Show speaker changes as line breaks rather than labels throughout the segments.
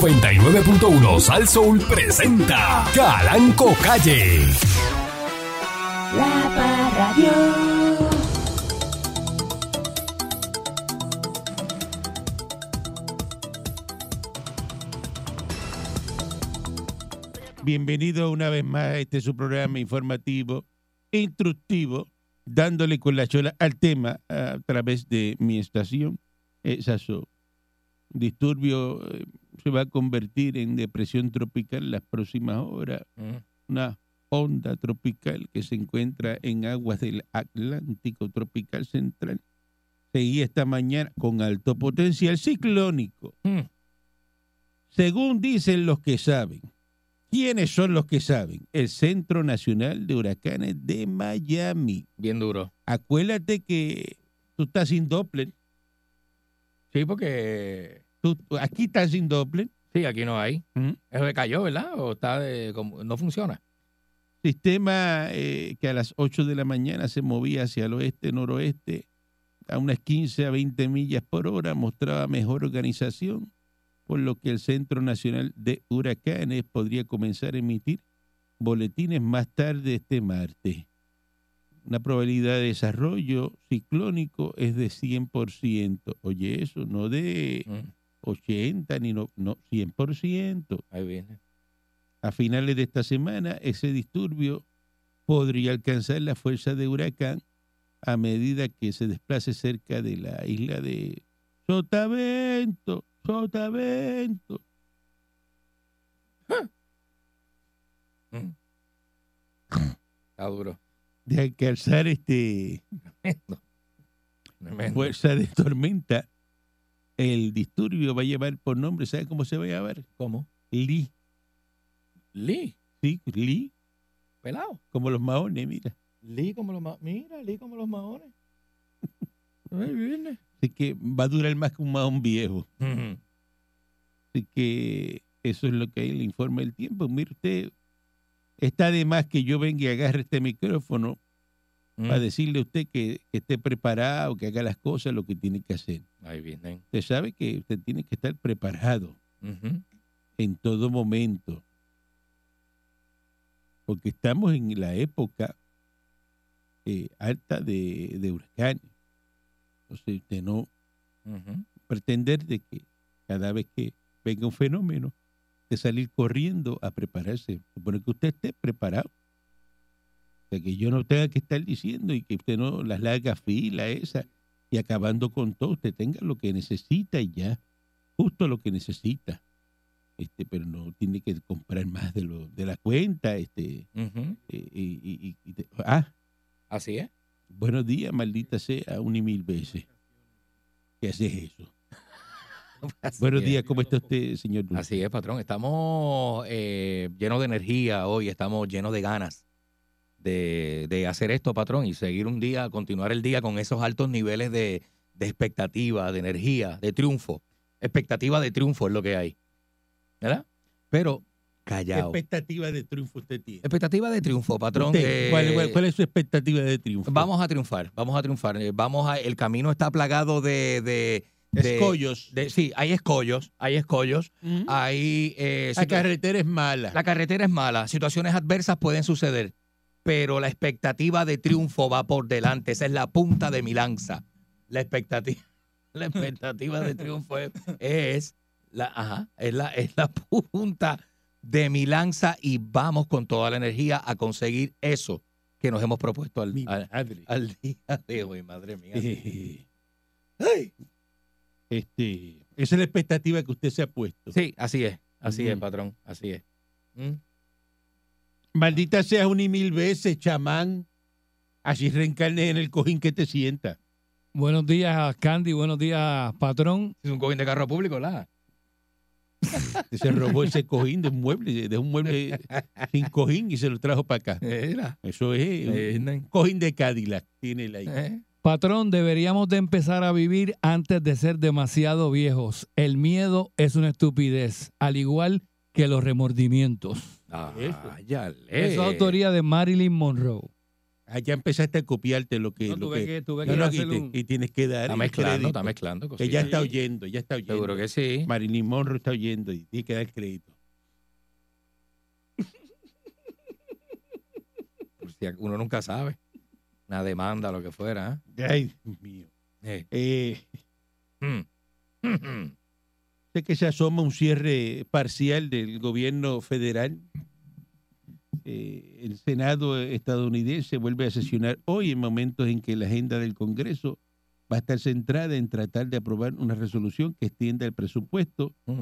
99.1 Sal Soul presenta Calanco Calle.
La Parradio.
Bienvenido una vez más a este su programa informativo, e instructivo, dándole con la chola al tema a través de mi estación. Eh, Sazón. Disturbio eh, se va a convertir en depresión tropical las próximas horas. Una onda tropical que se encuentra en aguas del Atlántico tropical central. Seguía esta mañana con alto potencial ciclónico.
Mm.
Según dicen los que saben. ¿Quiénes son los que saben? El Centro Nacional de Huracanes de Miami.
Bien duro.
Acuérdate que tú estás sin Doppler.
Sí, porque.
Tú, aquí estás sin Doppler.
Sí, aquí no hay.
Ujú.
Eso se cayó, ¿verdad? O está de. como- no funciona.
Sistema eh, que a las 8 de la mañana se movía hacia el oeste, noroeste, a unas 15 a 20 millas por hora, mostraba mejor organización, por lo que el Centro Nacional de Huracanes podría comenzar a emitir boletines más tarde este martes. Una probabilidad de desarrollo ciclónico es de 100%. Oye, eso, no de
Mm.
80 ni no, no 100%.
Ahí viene.
A finales de esta semana, ese disturbio podría alcanzar la fuerza de huracán a medida que se desplace cerca de la isla de Sotavento, Sotavento.
Mm. Está duro.
De alcanzar este
Tremendo.
fuerza de tormenta, el disturbio va a llevar por nombre, ¿sabe cómo se va a llamar?
¿Cómo?
Lee,
Lee.
sí, Lee,
Pelado.
como los maones, mira.
Lee como los maones. Mira, Lee como los maones. Ahí viene.
Así que va a durar más que un maón viejo.
Mm.
Así que eso es lo que hay en el informe del tiempo. Mire usted, está de más que yo venga y agarre este micrófono
Mm.
para decirle a usted que, que esté preparado, que haga las cosas, lo que tiene que hacer.
Ahí vienen.
Usted sabe que usted tiene que estar preparado
Ujú.
en todo momento. Porque estamos en la época eh, alta de, de huracanes. Entonces usted no,
Ujú.
pretender de que cada vez que venga un fenómeno, de salir corriendo a prepararse. Supone que usted esté preparado. O sea, que yo no tenga que estar diciendo y que usted no las largas filas esas y acabando con todo, usted tenga lo que necesita y ya, justo lo que necesita. Este, pero no tiene que comprar más de lo de la cuenta, este,
Ujú.
eh, y, y- y- y te- ah,
Así es.
buenos días, maldita sea, un y mil veces. ¿Qué haces eso?
Así
Buenos
es.
días, ¿cómo está usted, señor Dulce?
Así es, patrón. Estamos eh, llenos de energía hoy, estamos llenos de ganas de, de hacer esto, patrón, y seguir un día, continuar el día con esos altos niveles de, de expectativa, de energía, de triunfo. Expectativa de triunfo es lo que hay. ¿Verdad? Pero
¿Qué
callado.
expectativa de triunfo usted tiene?
expectativa de triunfo, patrón.
Usted,
eh,
¿cuál, cuál- cuál es su expectativa de triunfo?
Vamos a triunfar, vamos a triunfar. eh, Vamos a, el camino está plagado de, de, de-
escollos.
de- sí, hay escollos, hay escollos,
Ujú.
hay eh,
la
situa-
carretera es mala.
La carretera es mala, situaciones adversas pueden suceder, pero la expectativa de triunfo va por delante. Esa es la punta de mi lanza. La expectativa, la expectativa de triunfo es, es la, ajá, es, la, es la punta de mi lanza y vamos con toda la energía a conseguir eso que nos hemos propuesto al,
Mi
al-
madre.
al día de hoy, madre mía.
Eh, este, esa es la expectativa que usted se ha puesto.
Sí, así es, así es,
Mm.
patrón, así es. Mm.
Maldita sea un y mil veces, chamán. Así reencarne en el cojín que te sienta.
Buenos días, Candy. Buenos días, patrón.
Es un cojín de carro público, ¿la?
Se robó ese cojín de un mueble, de un mueble sin cojín y se lo trajo para acá.
Era.
Eso es un-
Eh,
un cojín de Cadillac. Tiene la
eh.
Patrón, deberíamos de empezar a vivir antes de ser demasiado viejos. El miedo es una estupidez, al igual que los remordimientos.
Ah,
Eso.
ya le.
Eso es autoría de Marilyn Monroe.
allá Ah, empezaste a copiarte lo que.
No,
lo
tuve
que-
que, tuve
no,
que
no,
hacer
y, te-
un...
y tienes que dar.
Está
el
mezclando,
crédito,
está mezclando.
Que
cositas.
ya está oyendo, ya está oyendo.
Seguro que sí.
Marilyn Monroe está oyendo y tiene que dar crédito.
Por si ac- pues, Uno nunca sabe. Una demanda, lo que fuera.
Ay, Dios mío.
¿eh?
Eh,
Eh, mm, mm, mm.
sé que se asoma un cierre parcial del gobierno federal. Eh, el Senado estadounidense vuelve a sesionar hoy en momentos en que la agenda del Congreso va a estar centrada en tratar de aprobar una resolución que extienda el presupuesto
Mm.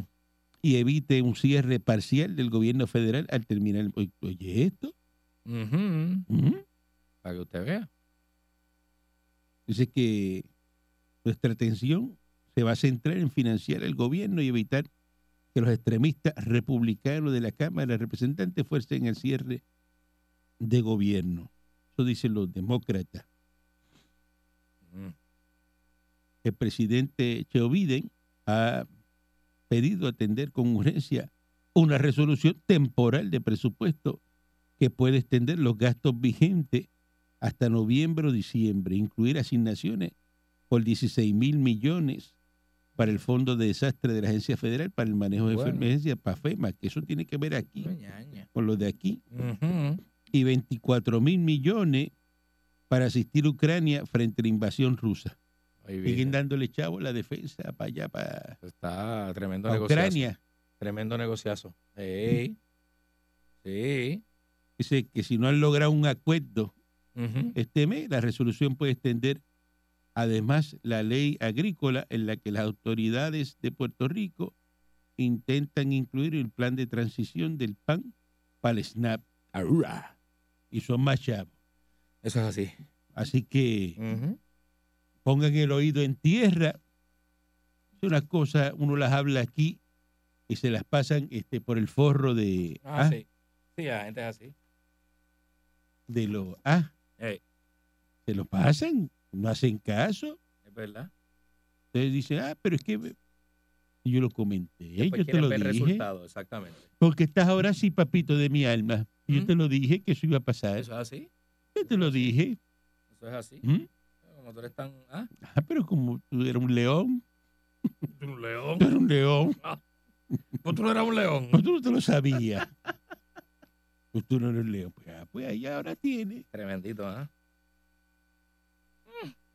y evite un cierre parcial del gobierno federal al terminar. el- Oye, Oye, esto.
Ujú.
¿Mm?
Para que usted vea.
Dice que nuestra atención se va a centrar en financiar el gobierno y evitar que los extremistas republicanos de la Cámara de Representantes fuercen el cierre de gobierno. Eso dicen los demócratas.
Mm.
El presidente Joe Biden ha pedido atender con urgencia una resolución temporal de presupuesto que puede extender los gastos vigentes hasta noviembre o diciembre, incluir asignaciones por 16 mil millones para el Fondo de Desastre de la Agencia Federal para el Manejo de
Bueno.
Emergencias, PAFEMA, que eso tiene que ver aquí,
Ñaña.
con lo de aquí,
Ujú.
y 24 mil millones para asistir a Ucrania frente a la invasión rusa.
Ahí
Siguen
viene.
dándole chavo a la defensa para allá, para,
Está tremendo
para
negociazo.
Ucrania.
Tremendo negociazo. Ey. Sí.
Dice que si no han logrado un acuerdo
Ujú.
este mes, la resolución puede extender además la ley agrícola en la que las autoridades de Puerto Rico intentan incluir el plan de transición del PAN para el SNAP
Arrua.
y son más chavos.
Eso es así.
Así que
Ujú.
pongan el oído en tierra. Es una cosa, uno las habla aquí y se las pasan este, por el forro de,
Ah,
ah,
sí. Sí, la gente es así.
de los... ah,
Ey,
se lo pasan, no hacen caso.
es verdad.
Entonces dice, ah, pero es que me- y yo lo comenté,
Después
yo te
pues quieren
lo
ver
dije,
el resultado, exactamente.
porque estás ahora sí, papito de mi alma. Y Yo
¿Mm?
te lo dije que eso iba a pasar.
Eso es así.
Yo te lo dije.
Eso es así.
¿Mm?
Como tú eres tan. Ah,
Ah, pero como tú eras un león,
tú eres un león.
tú eras un león,
Pues tú no eras un león.
pues tú no te lo sabías. Pues tú no eres un león. Pues, ah, pues ahí ahora tiene.
Tremendito, ¿ah?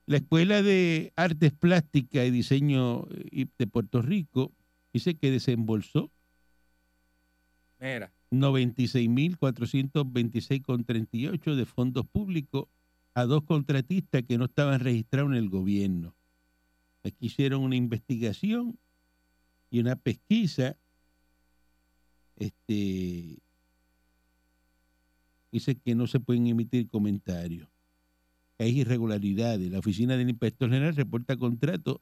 La Escuela de Artes Plásticas y Diseño eh, y- de Puerto Rico dice que desembolsó
Mira.
96.426,38 de fondos públicos a dos contratistas que no estaban registrados en el gobierno. Aquí hicieron una investigación y una pesquisa. Este, dice que no se pueden emitir comentarios. que Hay irregularidades. La Oficina del Inspector General reporta contratos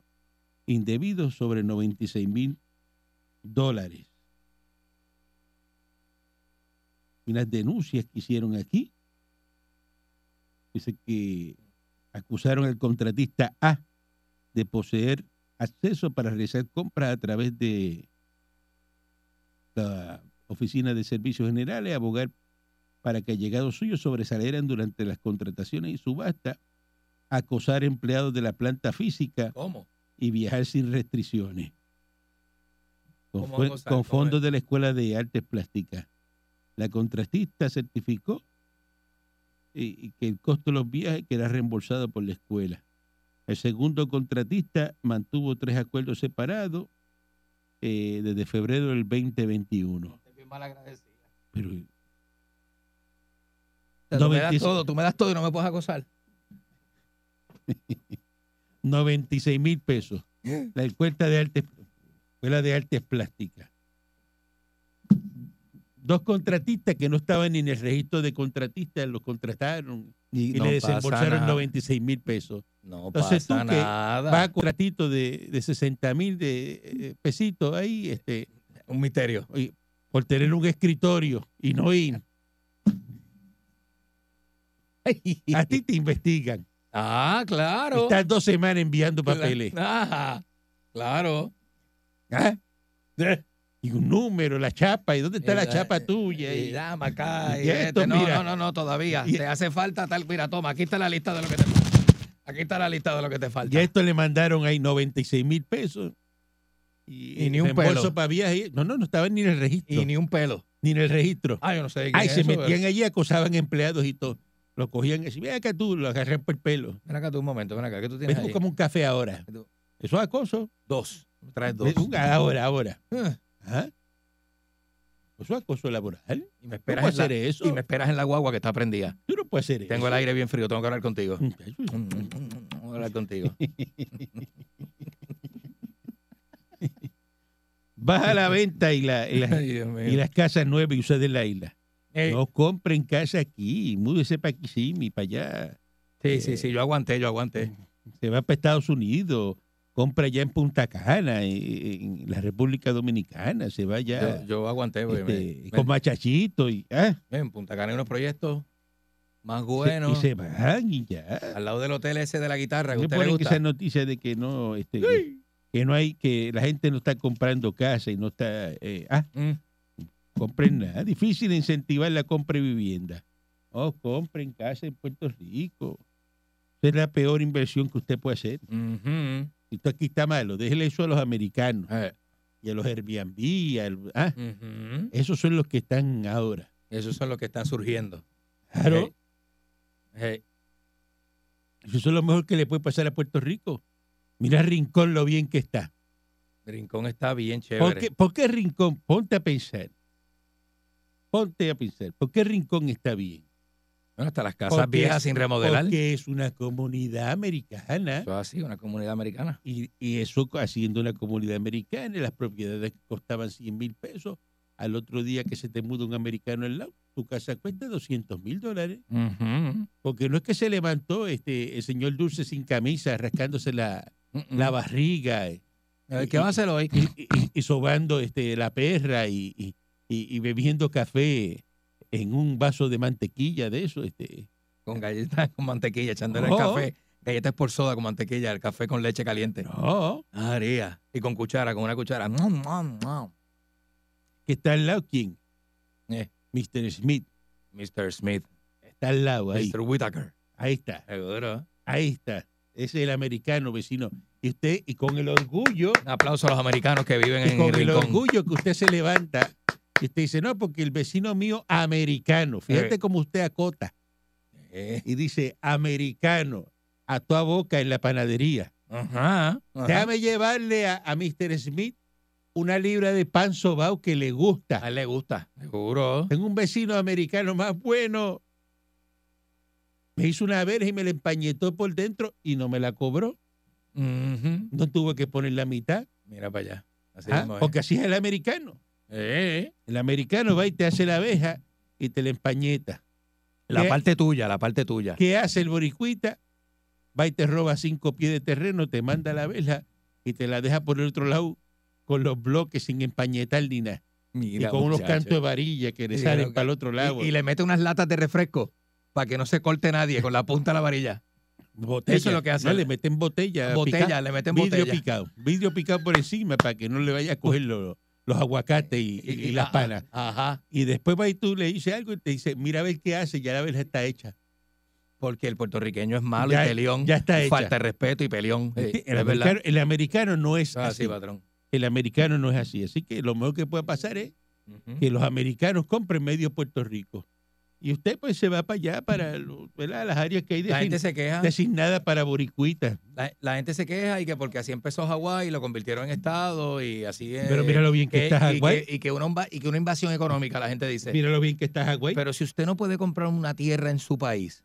indebidos sobre 96 mil dólares unas denuncias que hicieron aquí. Dice que acusaron al contratista A de poseer acceso para realizar compras a través de la Oficina de Servicios Generales, abogar para que allegados suyos sobresalieran durante las contrataciones y subasta, acosar empleados de la planta física
¿Cómo?
y viajar sin restricciones. Con,
¿Cómo
fue-
acosar?
con
¿Cómo
fondos
es?
de la Escuela de Artes Plásticas. La contratista certificó eh, y que el costo de los viajes que era reembolsado por la escuela. El segundo contratista mantuvo tres acuerdos separados eh, desde febrero del 2021. Pero,
O sea, tú me das
96
todo, tú me das todo y no me puedes acosar.
96 mil pesos. La escuela de artes, escuela de artes plásticas. Dos contratistas que no estaban ni en el registro de contratistas, los contrataron y
no
le
pasa
desembolsaron
nada. Ah.
96 mil pesos.
No
Entonces,
pasa
¿tú qué?
nada.
Va a contratito de, de 60 mil de, eh, pesitos ahí este,
Un misterio.
y- por tener un escritorio y no ir. A ti te investigan.
ah, claro.
Estás dos semanas enviando papeles.
Ajá, claro.
¿Ah? y un número, la chapa, ¿y dónde está la
Eh,
chapa
eh,
tuya?
Y
Y-
dame acá.
y
y
esto,
este, no,
mira.
no, no, no, todavía.
Y-
te hace falta tal. Mira, toma, aquí está la lista de lo que te Aquí está la lista de lo que te falta.
Y a esto le mandaron ahí 96 mil pesos. Y,
Y ni un
reembolso
pelo.
para viaje. No, no, no estaba ni en el registro.
Y ni un pelo.
ni en el registro.
Ah, yo no sé de quién
Ay,
es
se
eso,
metían allí, acosaban empleados y todo. Lo cogían así, ven acá tú, lo agarran por el pelo.
pero- Ven acá tú un momento, ven acá. ¿Qué tú tienes
Ven,
ahí?
búscame un café ahora.
Tú-
Eso es acoso.
Dos. Traes dos.
Ven, un- ahora, ahora.
Ah,
Ajá. Eso es acoso laboral.
Y me,
Tú no
esperas
puedes
en la,
hacer eso.
y me esperas en la guagua que está prendida.
Tú no puedes hacer
Tengo el
eso.
aire bien frío, tengo que hablar contigo.
Muchacho,
Tengo que hablar contigo.
Baja la venta y, la- y las,
Dios mío.
y las casas nuevas y usas de la isla.
Eh,
No compren casa aquí, múdese para Kissimmee, para allá.
sí,
eh.
sí, sí, yo aguanté, yo aguanté.
Se va para Estados Unidos, compra allá en Punta Cana, en, en la República Dominicana, se va allá
Yo, yo aguanté, porque me-
este,
me-
con machachito y, ah,
me- en Punta Cana hay unos proyectos más
se-
buenos.
y se van y ya.
Al lado del hotel ese de la guitarra que a
Me
usted le
ponen
gusta.
esa noticia de que no, este, que no hay, que la gente no está comprando casa y no está, eh, ah,
Mm.
compren nada. Difícil incentivar la compra de vivienda. Oh, compren casa en Puerto Rico. Esa es la peor inversión que usted puede hacer.
Ujú.
Esto aquí está malo. Déjele eso a los americanos
Eh,
y a los Airbnb. al- ah,
ujú.
Esos son los que están ahora.
Esos son los que están surgiendo.
Claro,
Hey. Hey.
eso es lo mejor que le puede pasar a Puerto Rico. Mira Rincón lo bien que está.
Rincón está bien chévere.
¿Por qué, por qué Rincón? Ponte a pensar. Ponte a pensar. ¿Por qué Rincón está bien?
Bueno, hasta las casas
Porque-
viejas sin remodelar.
Porque es una comunidad americana.
Eso es así, una comunidad americana.
Y, y eso haciendo una comunidad americana, y las propiedades que costaban 100 mil pesos, al otro día que se te muda un americano al lado, tu casa cuesta 200 mil dólares.
Ujú.
Porque no es que se levantó este el señor Dulce sin camisa, rascándose la,
Mm, mm.
la barriga eh,
A ver, ¿Qué va a hacer hoy?
y, y- y sobando este, la perra y, y- y- y bebiendo café en un vaso de mantequilla de eso. Este.
Con galletas con mantequilla, echándole
No.
el café. Galletas por soda con mantequilla, el café con leche caliente.
No,
Haría. Y con cuchara, con una cuchara. Mm, mm, mm.
que está al lado quién?
Eh.
Mr. Smith.
Mr. Smith,
Está al lado ahí.
Mr. Whitaker.
Ahí está.
Seguro.
Ahí está. Ese es el americano vecino. Y usted, y con el orgullo,
Un aplauso a los americanos que viven
y
en
con el
Rincón.
orgullo que usted se levanta, y usted dice, no, porque el vecino mío americano. Fíjate
Eh.
cómo usted acota.
Eh,
y dice americano a toda boca en la panadería.
Ajá. ajá.
Déjame llevarle a, a Mr. Smith una libra de pan sobao que le
A
gusta.
él le gusta. Seguro.
Tengo un vecino americano más bueno. Me hizo una verja y me la empañetó por dentro y no me la cobró.
Ujú.
No tuve que poner la mitad.
Mira para allá. Así
¿ah?
mismo es.
Porque así es el americano.
Eh,
El americano va y te hace la abeja y te la empañeta.
La
¿Qué?
parte tuya, la parte tuya.
¿Qué hace el boricuita? Va y te roba cinco pies de terreno, te manda a la verja y te la deja por el otro lado con los bloques sin empañetar ni nada. Y
Mira,
con unos
muchacho.
cantos de varilla que le
Sí,
salen
loca.
para el otro lado.
Y, y le mete unas latas de refresco para que no se corte nadie con la punta de la varilla.
Botella.
eso es lo que hace.
No, le meten botella.
Botella,
Eh, pica-
le meten
vidrio
botella.
picado. Vidrio picado por encima para que no le vaya a coger los, los aguacates y, y- y las
ah,
panas.
Ajá.
Y después va y tú le dices algo y te dice, mira a ver qué hace, ya la verja está hecha.
Porque el puertorriqueño es malo
Ya-
y peleón.
ya está
Y
hecha.
Falta de respeto y peleón. Sí,
¿Entiendes? el,
es verdad.
americano, el americano no es
Ah,
así.
sí, patrón.
El americano no es así. Así que lo mejor que puede pasar es
Ujú.
que los americanos compren medio Puerto Rico. Y usted pues se va para allá, para lo- ¿verdad? las áreas que hay
La gente
design-
se queja.
designadas para boricuitas.
La, la gente se queja y que porque así empezó Hawái y lo convirtieron en estado y así es.
Pero mira lo bien que está
y,
Hawái.
Eh, que, este. y que una, inva- y que una invasión económica, la gente dice.
Mira ¿eh? lo bien que está Hawái.
Pero si usted no puede comprar una tierra en su país,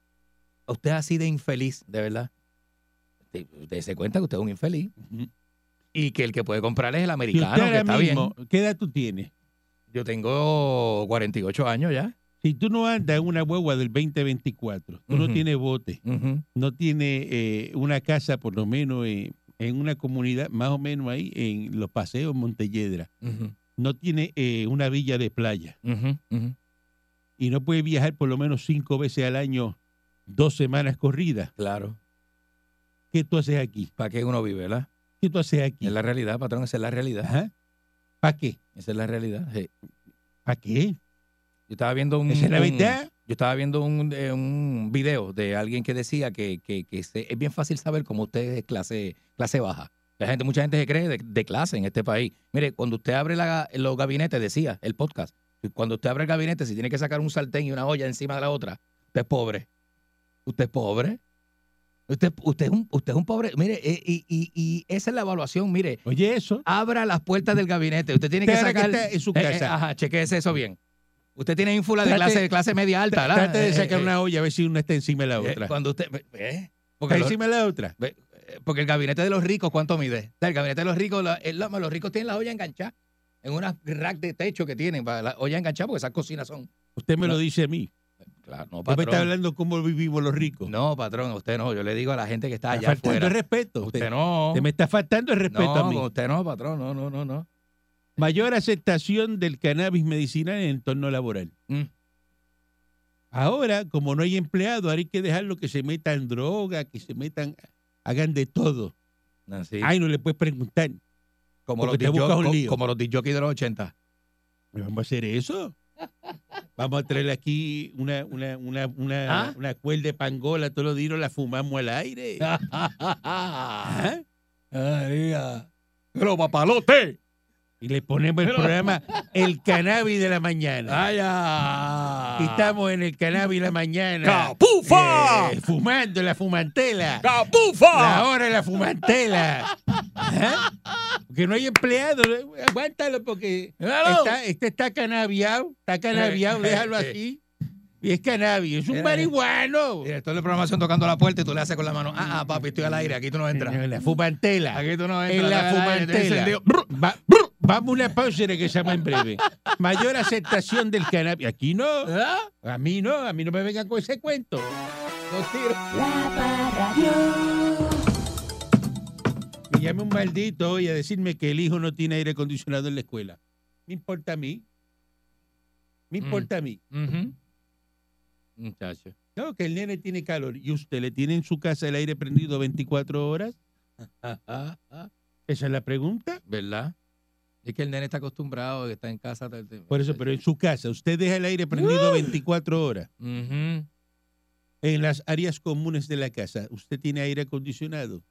usted es así de infeliz, de verdad. Usted, usted se cuenta que usted es un infeliz
Ujú.
y que el que puede comprar es el
Si usted
americano, que
ahora
está
mismo,
bien.
¿qué edad tú tienes?
Yo tengo 48 años ya.
Si tú no andas en una guagua del 2024, tú no
Ujú.
tienes bote,
Ujú.
no tienes eh, una casa por lo menos eh, en una comunidad más o menos ahí en los paseos Montelledra,
Ujú.
no tienes eh, una villa de playa,
Ujú. Ujú.
y no puede viajar por lo menos cinco veces al año, dos semanas corridas,
Claro.
¿qué tú haces aquí?
¿Para qué uno vive, verdad?
¿Qué tú haces aquí?
Es la realidad, patrón, esa es la realidad.
Ajá. ¿Para qué?
Esa es la realidad. sí.
¿Para qué?
Yo estaba viendo un.
Esa es la
un-
verdad.
Yo estaba viendo un, eh, un video de alguien que decía que, que- que se- es bien fácil saber cómo usted es clase, clase baja. La gente, mucha gente se cree de, de clase en este país. Mire, cuando usted abre la- los gabinetes, decía el podcast, que cuando usted abre el gabinete, si tiene que sacar un sartén y una olla encima de la otra, usted es pobre. Usted es pobre. Usted, usted, es, un, usted es un pobre. Mire, eh, y, y- y esa es la evaluación. Mire,
Oye, eso.
abra las puertas del gabinete. Usted tiene que
Usted ahora que
sacar.
está en su
Eh, eh,
casa.
ajá, chequeese eso bien. Usted tiene ínfula de
Trate-
clase, de clase media alta, ¿verdad?
Trate de
Eh,
sacar
eh,
una olla a ver si una está encima de la
eh,
otra.
Cuando usted. eh,
¿Está
porque, los-
encima de la otra?
ve, eh, porque el gabinete de los ricos, ¿cuánto mide? O sea, El gabinete de los ricos, la- el- la- los ricos tienen la olla enganchada en unas rack de techo que tienen, para la olla enganchada, porque esas cocinas son.
Usted me
No.
lo dice a mí.
Claro, no,
Usted me está
patrón.
hablando cómo vivimos los ricos.
No, patrón, usted no. Yo le digo a la gente que está
Está
allá
faltando
afuera.
el respeto.
Usted,
Usted,
no.
usted me está faltando el respeto a
no,
mí.
con usted no, patrón. No, no, no, no.
Mayor aceptación del cannabis medicinal en el entorno laboral.
Mm.
Ahora, como no hay empleado, ahora hay que dejarlo que se metan droga, que se metan, hagan de todo.
Así,
Ay, no le puedes preguntar.
como, los
porque te
disc
buscas un
joc-
lío.
como los disc jockey de los 80.
¿Vamos a hacer eso? Vamos a traer aquí una, una, una, una,
¿Ah?
una cuerda de pangola, todos los días la fumamos al aire.
Ah,
Ajá.
María. Pero papalote.
Y le ponemos el programa El Cannabis de la Mañana.
Vaya.
Aquí estamos en El Cannabis de la Mañana.
¡Capufa!
Eh, fumando la fumantela. La
¡Capufa!
hora de la fumantela. Ajá. Porque no hay empleado. eh, Aguántalo porque
Míralo. Eh,
está, este está canabiado. Está canabiado, déjalo así. Y es cannabis, es un
Mira,
marihuano.
Mira, Esto es la programación tocando la puerta y tú le haces con la mano. Ah, ah, papi, estoy al aire. Aquí tú no entras.
En la fumantela.
Aquí tú no entras.
En la
al aire, te
fumantela.
encendió.
Va- brr, vamos a una pausa y regresamos en breve. Mayor aceptación del cannabis. Aquí no.
¿Ah?
A mí no. A mí no me vengan con ese cuento.
Los tiros.
La Parra Radio.
Me llama un maldito hoy a decirme que el hijo no tiene aire acondicionado en la escuela. Me importa a mí. Me
Mm.
importa a mí.
Ujú. Muchacho.
No, que el nene tiene calor. ¿Y usted le tiene en su casa el aire prendido 24 horas?
Ah, ah, ah.
Esa es la pregunta.
¿Verdad? Es que el nene está acostumbrado, que está en casa. tal- tal-
Por eso, pero en su casa, ¿usted deja el aire prendido 24 horas?
Ujú,
En las áreas comunes de la casa, ¿usted tiene aire acondicionado?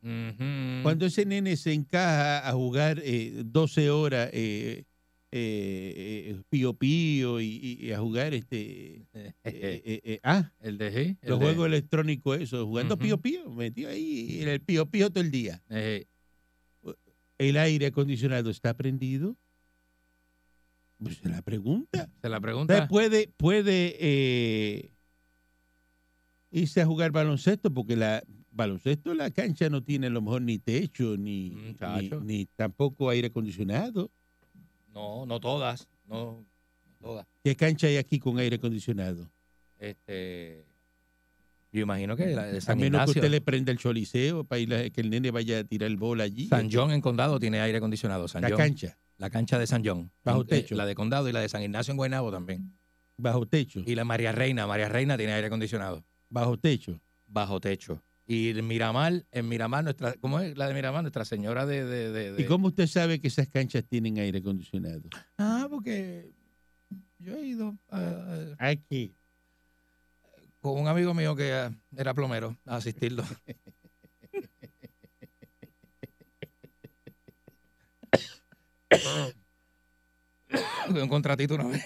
ujú.
Cuando ese nene se encaja a jugar eh, 12 horas eh, eh, eh, pío pío y, y- y a jugar este... eh, eh, eh, ah,
El de G.
los juegos electrónicos, eso, jugando
Ujú.
pío pío, metido ahí en el pío pío todo el día.
Eh,
¿El aire acondicionado está prendido? Pues es la pregunta.
se la
Usted
pregunta.
puede, puede eh, irse a jugar baloncesto porque la baloncesto la cancha no tiene a lo mejor ni techo ni,
Mm,
ni,
Muchacho.
ni tampoco aire acondicionado.
No, no todas. No, no todas.
¿Qué cancha hay aquí con aire acondicionado?
Este, yo imagino que la de
A
San
menos que
Ignacio.
usted le prenda el choliseo para ir a- que el nene vaya a tirar el bola allí.
San John en Condado tiene aire acondicionado. San
la
John.
cancha,
La cancha de San John.
Bajo
Eh,
techo.
La de Condado y la de San Ignacio en Guaynabo también.
bajo techo,
Y la María Reina. María Reina tiene aire acondicionado.
bajo techo.
Bajo techo. Y en Miramar, en Miramar, nuestra, ¿cómo es la de Miramar? Nuestra señora de. de- de- de-
¿Y cómo usted sabe que esas canchas tienen aire acondicionado?
Ah, porque yo he ido a- a-
Aquí.
con un amigo mío que ah, era plomero a asistirlo. De un contratito una vez.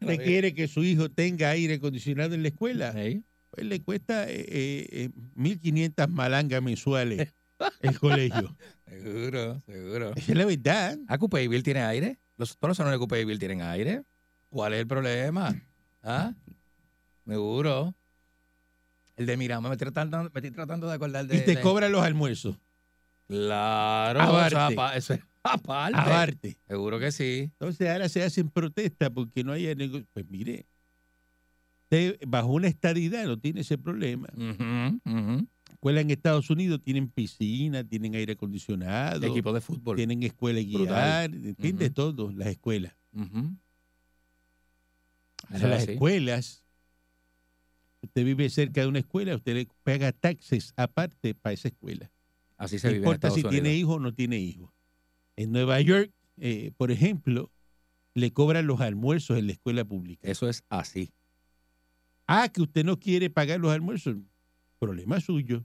¿Usted quiere que su hijo tenga aire acondicionado en la escuela?
Ey,
Pues le cuesta eh, eh, eh, 1.500 malangas mensuales el colegio.
Seguro, seguro.
Esa es la verdad.
¿A Cupeyville tiene aire? Los, todos los salones de Cupeyville tienen aire. ¿Cuál es el problema? ¿Ah? Seguro. El de Miramar, me estoy tratando, me estoy tratando de acordar de...
Y te
de-
cobran los almuerzos.
Claro.
Aparte.
eso es apa- eso es aparte.
Aparte.
Seguro que sí.
Entonces ahora se hacen protestas porque no hay negocio. Pues mire, usted bajo una estadidad no tiene ese problema.
Ujú, ujú.
Escuelas en Estados Unidos tienen piscina, tienen aire acondicionado,
Equipo de fútbol.
tienen escuela guiar,
Brutal.
tienen de
Ujú.
todo, las escuelas.
Ujú.
O sea,
Eso es
las
así.
escuelas. Usted vive cerca de una escuela, usted le paga taxes aparte para esa escuela.
Así se
No
vive en
importa
Estados
si tiene
Unidos.
hijo o no tiene hijo. En Nueva York eh, por ejemplo, le cobran los almuerzos en la escuela pública.
Eso es así.
Ah, que usted no quiere pagar los almuerzos. Problema suyo.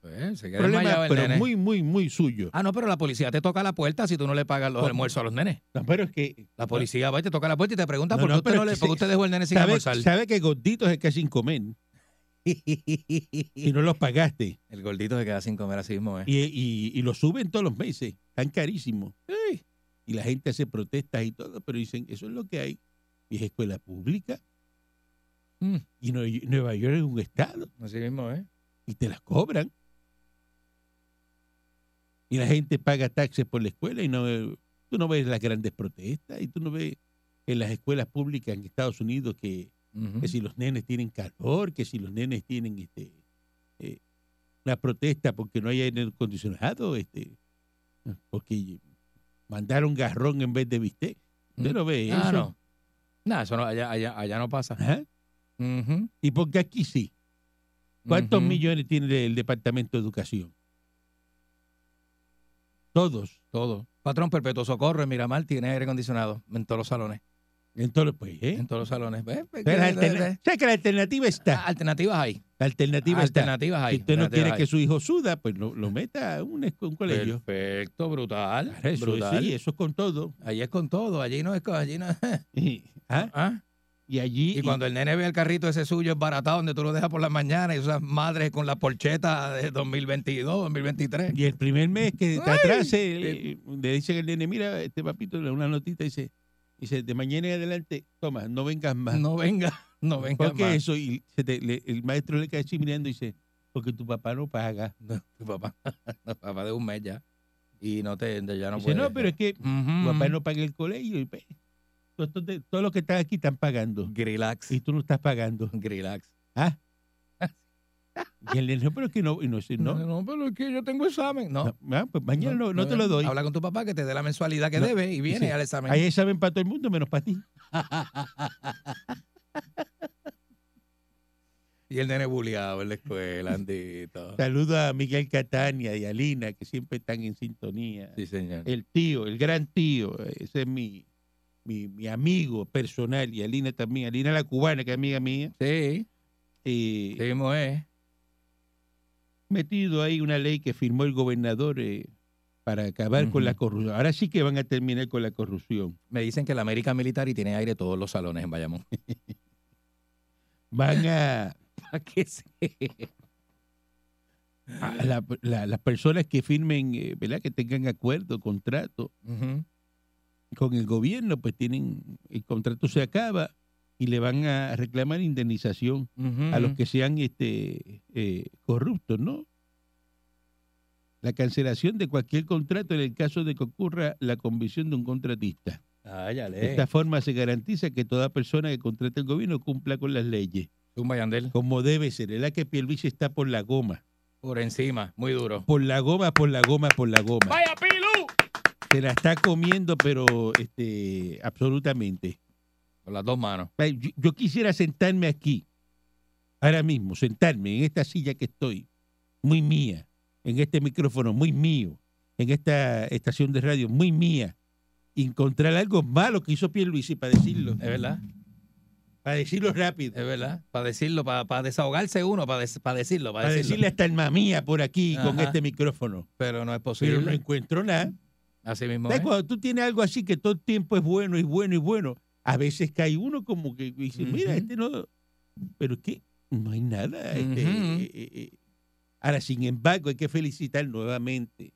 Pues, se queda
Problema,
desmayado el
pero
nene.
muy, muy, muy suyo.
Ah, no, pero la policía te toca la puerta si tú no le pagas los almuerzos a los nenes.
No, pero es que.
La policía va y te toca la puerta y te pregunta
No,
por qué
no,
usted,
pero
no le,
es que
por qué
se-
usted dejó el nene sin
Sabe,
almorzar.
sabe que gorditos es que sin comer y no los pagaste.
El gordito se queda sin comer así mismo, ¿eh?
Y, y, y los suben todos los meses. Están carísimos. Y la gente hace protestas y todo, pero dicen, eso es lo que hay. Y es escuela pública.
Mm.
Y Nue- Nueva York es un estado.
Así mismo, ¿eh?
y te las cobran. Y la gente paga taxes por la escuela y no ve- tú no ves las grandes protestas y tú no ves en las escuelas públicas en Estados Unidos que,
Ujú.
que si los nenes tienen calor, que si los nenes tienen este eh, una protesta porque no hay aire acondicionado, este porque mandaron garrón en vez de bistec. Usted
Mm.
no ve
Ah,
eso.
no. No, eso no, allá, allá, allá no pasa.
Ajá.
Ujú.
Y porque aquí sí. ¿Cuántos
Ujú.
millones tiene el Departamento de Educación? Todos.
Todo. Patrón Perpetuo Socorro en Miramar tiene aire acondicionado en todos los salones.
En todos los países.
En todos los salones. Ve, ve,
¿eh? La
ve, ve,
alterna-
ve.
o sea que la alternativa
Ah,
está.
Alternativas hay.
La alternativa está.
Alternativas hay.
Si usted no quiere
alternativas
que su hijo suda, pues lo, lo meta a un, escu- un
hay.
colegio.
Perfecto, brutal.
Claro, eso, es-
brutal.
sí, eh. eso es con todo.
Allí es con todo. Allí no es con. Allí no
Y, ah,
¿Ah?
y allí.
Y cuando el nene ve el carrito ese suyo es baratado, donde tú lo dejas por la mañana y esas madres con la porcheta de 2022, 2023.
y el primer mes que te
Ay. Eh.
atrase, le, eh, le dicen al nene, mira, este papito, le da una notita dice, dice, de mañana en adelante, toma, no vengas más.
No venga, no venga.
Porque
más.
eso, y se te- le- el maestro le cae así mirando y dice, porque tu papá no paga.
No, tu papá, tu papá de un mes ya. Y no te, ya no
dice,
puede. Mm.
no, pero es que tu
Ujú.
papá no paga el colegio. Y, pues, todos estos de- todos los que están aquí están pagando.
Grilax.
Y tú no estás pagando.
Grilax.
¿Ah? Y él le dijo, pero es que no. Y no, dice, no,
pero es que yo tengo examen. No.
no, ah, pues mañana no, no te lo doy.
Habla con tu papá que te dé la mensualidad que
No,
debe y viene
sí.
al examen.
Ahí saben para todo el mundo menos para ti.
Y el nene buleado en la escuela, andito.
Saludo a Miguel Catania y a Lina, que siempre están en sintonía.
Sí, señor.
El tío, el gran tío, ese es mi, mi, mi amigo personal. Y a Lina también, a Lina la cubana, que es amiga mía.
Sí,
eh,
sí, Moe.
metido ahí una ley que firmó el gobernador eh, para acabar con
Ujú.
la corrupción. Ahora sí que van a terminar con la corrupción.
Me dicen que la América Militar y tiene aire todos los salones en Bayamón.
Van a,
¿Para qué se-
a la- la- las personas que firmen, eh, ¿verdad? Que tengan acuerdo, contrato
Ujú.
con el gobierno, pues tienen, el contrato se acaba y le van a reclamar indemnización
Ujú.
a los que sean este eh, corruptos, ¿no? La cancelación de cualquier contrato en el caso de que ocurra la convicción de un contratista.
Ah, ya
De
le.
esta forma se garantiza que toda persona que contrate el gobierno cumpla con las leyes,
Un Bayandel.
como debe ser. Es la que Pierluisi está por la goma.
Por encima, muy duro.
Por la goma, por la goma, por la goma. ¡Vaya Pilu! Se la está comiendo, pero este, absolutamente.
Con las dos manos.
Ay, Yo, yo quisiera sentarme aquí, ahora mismo, sentarme en esta silla que estoy, muy mía, en este micrófono muy mío, en esta estación de radio muy mía, y encontrar algo malo que hizo Pierluisi para decirlo,
Es verdad,
para decirlo rápido.
es verdad. Para decirlo, para, para desahogarse uno, para, des- para decirlo, para,
para
decirlo.
decirle hasta alma mía por aquí con
Ajá.
este micrófono.
Pero no es posible.
Pero no encuentro nada.
Así mismo.
¿Sabes
es.
Cuando tú tienes algo así que todo el tiempo es bueno y bueno y bueno, a veces cae uno como que dice, mira,
Ujú.
este no... Pero que no hay nada. este,
Ujú.
eh, eh, eh. Ahora, sin embargo, hay que felicitar nuevamente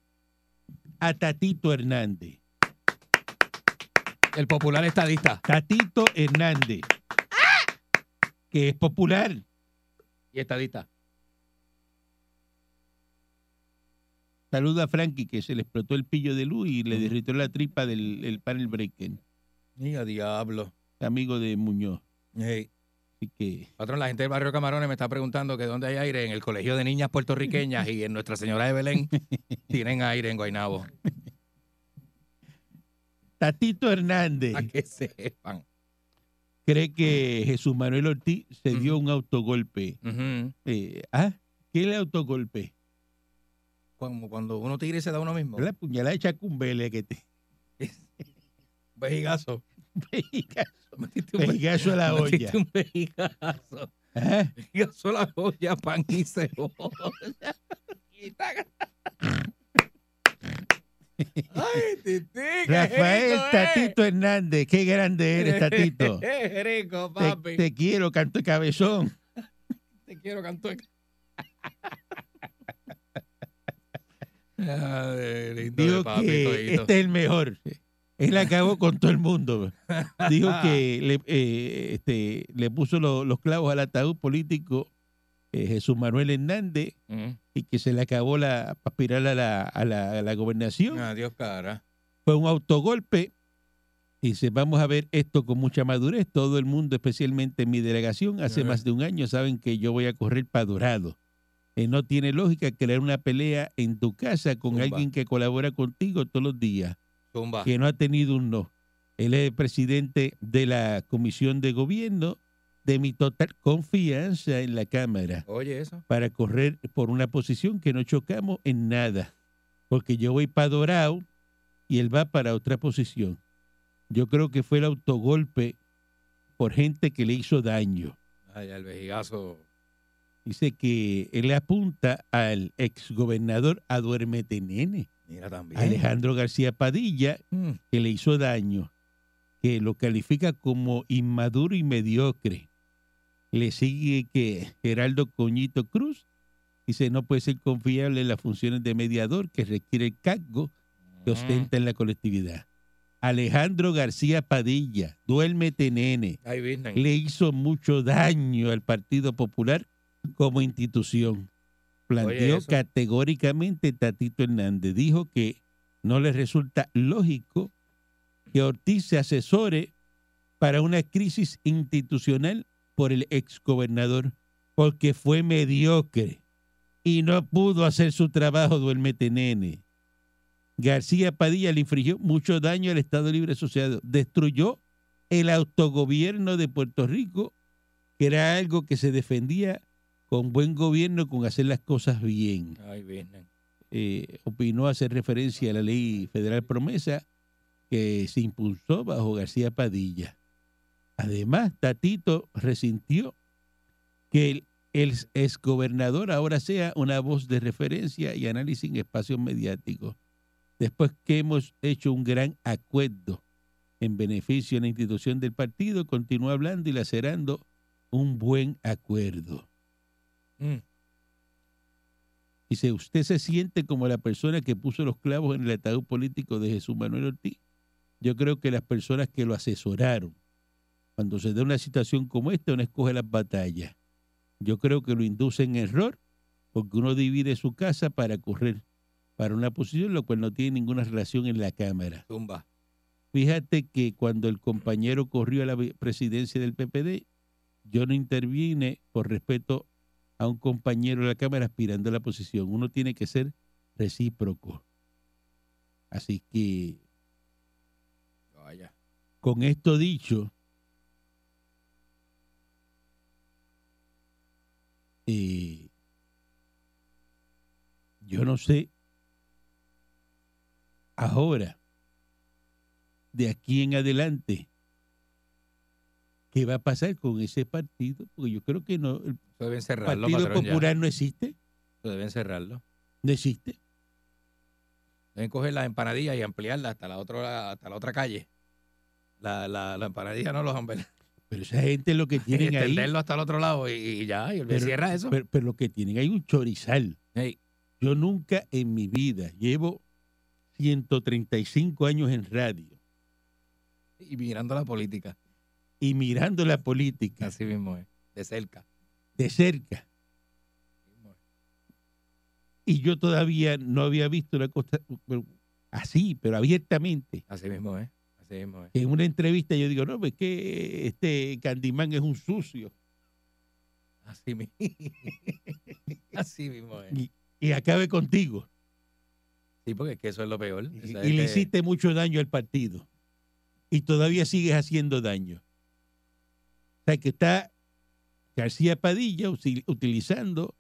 a Tatito Hernández.
El popular estadista.
Tatito Hernández, que es popular.
Y estadista.
Saluda a Frankie, que se le explotó el pillo de luz y le
Ujú.
derritió la tripa del el panel breaking.
Mira, diablo.
amigo de Muñoz.
Ey.
Así que
Patrón, la gente del barrio Camarones me está preguntando que dónde hay aire en el Colegio de Niñas Puertorriqueñas y en Nuestra Señora de Belén tienen aire en Guaynabo.
Tatito Hernández
Para que sepan.
cree que Jesús Manuel Ortiz se dio un autogolpe.
Ujú.
Eh, ¿Ah? ¿Qué le autogolpe?
Como cuando uno tira y se da uno mismo.
La puñalada de Chacumbele que te.
Vejigazo. Metiste un
Pegaso a la olla.
Metiste un vejigazo.
¿Ah?
Vejigazo a la olla, pan y cebolla. Ay, tití, qué
Rafael
rico, eh.
Tatito Hernández, qué grande eres, Tatito.
Qué rico,
Te,
papi. Te,
te quiero, canto de cabezón.
quiero cantar. Ay, lindo de
Digo
papi,
que
todito.
este es el mejor. Él acabó con todo el mundo. Dijo que le, eh, este, le puso lo- los clavos al ataúd político eh, Jesús Manuel Hernández
Mm.
y que se le acabó la para aspirar a la, a la- a la gobernación.
Adiós, cara.
Fue un autogolpe. Y dice, vamos a ver esto con mucha madurez. Todo el mundo, especialmente mi delegación, hace
Ajá.
más de un año saben que yo voy a correr para Dorado. Eh, no tiene lógica crear una pelea en tu casa con
Zumba.
alguien que colabora contigo todos los días,
Tumba.
que no ha tenido un no. Él es el presidente de la Comisión de Gobierno, de mi total confianza en la Cámara
Oye, eso.
para correr por una posición que no chocamos en nada. Porque yo voy para Dorado y él va para otra posición. Yo creo que fue el autogolpe por gente que le hizo daño.
Ay, el vejigazo.
Dice que él le apunta al exgobernador Aduermete Nene,
Mira también.
Alejandro García Padilla,
Mm.
que le hizo daño, que lo califica como inmaduro y mediocre. Le sigue que Geraldo Coñito Cruz dice no puede ser confiable en las funciones de mediador que requiere el cargo que
Mm.
ostenta en la colectividad. Alejandro García Padilla, duérmete nene,
Ay, business.
le hizo mucho daño al Partido Popular como institución. Planteó
eso-
categóricamente Tatito Hernández. Dijo que no le resulta lógico que Ortiz se asesore para una crisis institucional por el exgobernador, porque fue mediocre y no pudo hacer su trabajo, duérmete nene. García Padilla le infligió mucho daño al Estado Libre Asociado, destruyó el autogobierno de Puerto Rico, que era algo que se defendía con buen gobierno, con hacer las cosas bien.
Ay, business.
Eh, opinó hacer referencia a la ley federal promesa que se impulsó bajo García Padilla. Además, Tatito resintió que el, el exgobernador ahora sea una voz de referencia y análisis en espacios mediáticos, después que hemos hecho un gran acuerdo en beneficio de la institución del partido, continúa hablando y lacerando un buen acuerdo.
Mm.
Dice, ¿usted se siente como la persona que puso los clavos en el ataúd político de Jesús Manuel Ortiz? Yo creo que las personas que lo asesoraron, cuando se da una situación como esta, uno escoge las batallas. Yo creo que lo inducen en error porque uno divide su casa para correr para una posición, lo cual no tiene ninguna relación en la Cámara.
Tumba.
Fíjate que cuando el compañero corrió a la vi- presidencia del PPD, yo no intervine por respeto a un compañero de la Cámara aspirando a la posición. Uno tiene que ser recíproco. Así que,
Vaya.
con esto dicho, eh, yo no sé ahora, de aquí en adelante, qué va a pasar con ese partido, porque yo creo que no, el
Eso deben cerrarlo,
Partido
patrón, ya.
Popular no existe,
Eso deben cerrarlo.
no existe.
Deben coger las empanadillas y ampliarlas hasta la otra, hasta la otra calle. La, la, la empanadilla no los han
Pero esa gente lo que tienen ahí,
Extenderlo hasta el otro lado y, y ya, y el
Pero-
cierra eso.
pero, pero lo que tienen ahí es un chorizal.
Ey,
Yo nunca en mi vida llevo 135 años en radio
y mirando la política.
y mirando la política
Así mismo es. De cerca.
de cerca. Y yo todavía no había visto una cosa pero, así, pero abiertamente.
Así mismo es. Así mismo es.
Que en una entrevista yo digo, no, pues que este Candimán es un sucio.
Así mismo. Así mismo es.
Y acabe contigo.
Sí, porque es que eso es lo peor.
Y,
O sea,
y le
este-
hiciste mucho daño al partido. Y todavía sigues haciendo daño. O sea, que está García Padilla usi- utilizando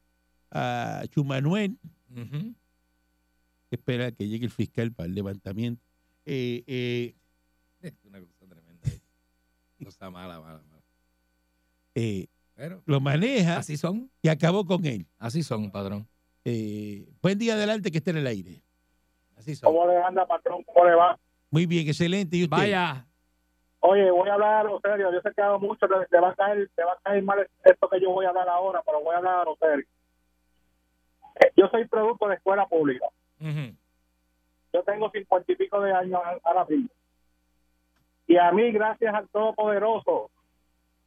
a Chumanuel,
Ujú.
espera que llegue el fiscal para el levantamiento, eh, eh,
Es una cosa tremenda. No está mala, mala, mala.
Eh,
Pero
lo maneja
así son,
y acabó con él.
así son, padrón.
Eh, buen día adelante que esté en el aire.
Así son.
¿Cómo le anda, patrón? ¿Cómo le va?
Muy bien, excelente. ¿Y usted?
Vaya,
Oye, voy a hablar a lo serio. Yo sé que hago mucho, te, te va a caer, te va a caer mal esto que yo voy a hablar ahora, pero voy a hablar a lo serio. Eh, Yo soy producto de escuela pública.
Ujú.
Yo tengo cincuenta y pico de años a- ahora mismo. Y a mí, gracias al Todopoderoso,